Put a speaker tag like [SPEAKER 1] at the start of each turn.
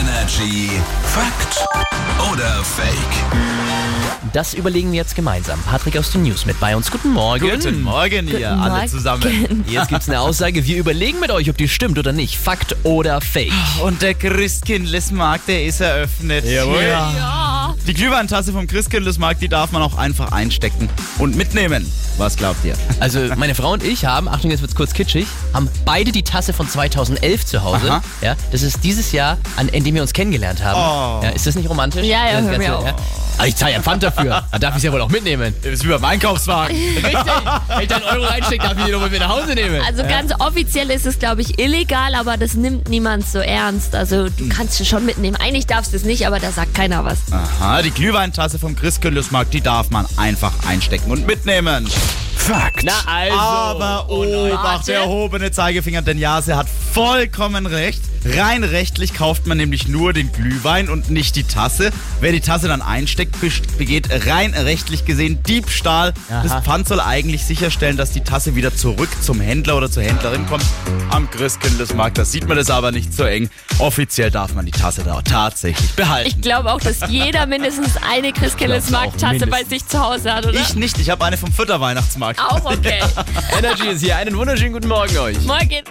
[SPEAKER 1] Energy Fakt oder Fake?
[SPEAKER 2] Das überlegen wir jetzt gemeinsam. Patrick aus den News mit bei uns. Guten Morgen.
[SPEAKER 3] Guten Morgen, ihr
[SPEAKER 4] Guten
[SPEAKER 3] alle
[SPEAKER 4] Morgen.
[SPEAKER 3] zusammen.
[SPEAKER 2] Jetzt gibt's eine Aussage. Wir überlegen mit euch, ob die stimmt oder nicht. Fakt oder Fake.
[SPEAKER 3] Und der Christkindlesmarkt, der ist eröffnet. Jawohl. Die Glühweintasse vom Christkindlesmarkt, die darf man auch einfach einstecken und mitnehmen. Was glaubt ihr?
[SPEAKER 2] Also meine Frau und ich haben, Achtung, jetzt wird's kurz kitschig, haben beide die Tasse von 2011 zu Hause.
[SPEAKER 3] Aha.
[SPEAKER 2] Ja, das ist dieses Jahr, an in dem wir uns kennengelernt haben.
[SPEAKER 3] Oh.
[SPEAKER 2] Ja, ist das nicht romantisch?
[SPEAKER 4] Ja, ja,
[SPEAKER 2] das
[SPEAKER 4] hör mir auf.
[SPEAKER 2] Ah, Ich zahle ja einen Pfand dafür. Dann darf ich ja wohl auch mitnehmen.
[SPEAKER 3] Das ist wie beim Einkaufswagen.
[SPEAKER 2] Richtig. Wenn ich da einen Euro reinstecke, darf ich die nochmal mit nach Hause nehmen.
[SPEAKER 4] Also ganz offiziell ist es, glaube ich, illegal, aber das nimmt niemand so ernst. Also du kannst es schon mitnehmen. Eigentlich darfst du es nicht, aber da sagt keiner was.
[SPEAKER 3] Aha, die Glühweintasse vom Christkindlesmarkt, die darf man einfach einstecken und mitnehmen.
[SPEAKER 1] Fakt.
[SPEAKER 2] Na also.
[SPEAKER 3] Aber Obacht, der erhobene Zeigefinger, denn Jase hat vollkommen recht. Rein rechtlich kauft man nämlich nur den Glühwein und nicht die Tasse. Wer die Tasse dann einsteckt, bes- begeht rein rechtlich gesehen Diebstahl.
[SPEAKER 2] Aha.
[SPEAKER 3] Das Pfand soll eigentlich sicherstellen, dass die Tasse wieder zurück zum Händler oder zur Händlerin kommt. Am Christkindlesmarkt, da sieht man das aber nicht so eng. Offiziell darf man die Tasse da tatsächlich behalten.
[SPEAKER 4] Ich glaube auch, dass jeder mindestens eine Christkindlesmarkt-Tasse bei sich zu Hause hat, oder?
[SPEAKER 3] Ich nicht, ich habe eine vom Futterweihnachtsmarkt.
[SPEAKER 4] auch, okay.
[SPEAKER 2] Energy ist hier. Einen wunderschönen guten Morgen euch.
[SPEAKER 4] Morgen.